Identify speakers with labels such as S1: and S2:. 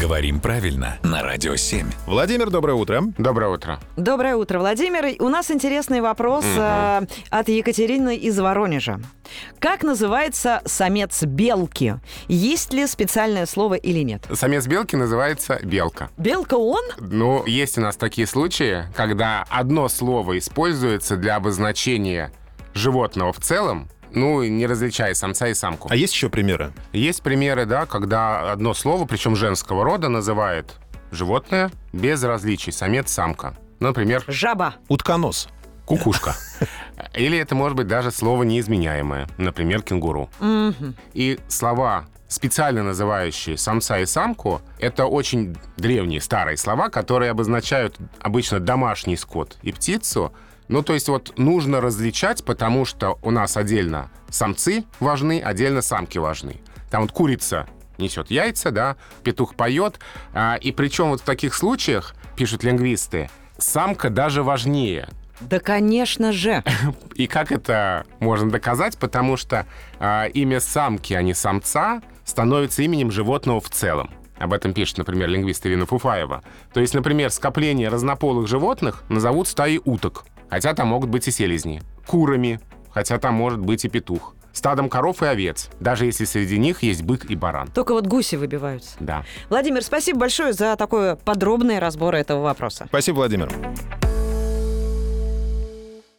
S1: Говорим правильно на Радио 7.
S2: Владимир, доброе утро.
S3: Доброе утро.
S4: Доброе утро, Владимир. И У нас интересный вопрос э, от Екатерины из Воронежа. Как называется самец белки? Есть ли специальное слово или нет?
S3: Самец белки называется белка.
S4: Белка он?
S3: Ну, есть у нас такие случаи, когда одно слово используется для обозначения животного в целом, ну, не различая самца и самку.
S2: А есть еще примеры?
S3: Есть примеры, да, когда одно слово, причем женского рода, называет животное без различий, самец-самка. Например,
S4: Жаба.
S2: Утконос.
S3: кукушка. Или это может быть даже слово неизменяемое, например, кенгуру. И слова, специально называющие самца и самку, это очень древние, старые слова, которые обозначают обычно домашний скот и птицу. Ну, то есть вот нужно различать, потому что у нас отдельно самцы важны, отдельно самки важны. Там вот курица несет яйца, да, петух поет. а, и причем вот в таких случаях, пишут лингвисты, самка даже важнее,
S4: Да, конечно же.
S3: и как это можно доказать? Потому что а, имя самки, а не самца, становится именем животного в целом. Об этом пишет, например, лингвист Ирина Фуфаева. То есть, например, скопление разнополых животных назовут стаи уток, хотя там могут быть и селезни, курами, хотя там может быть и петух, стадом коров и овец, даже если среди них есть бык и баран.
S4: Только вот гуси выбиваются.
S3: Да.
S4: Владимир, спасибо большое за такой подробный разбор этого вопроса.
S2: Спасибо, Владимир.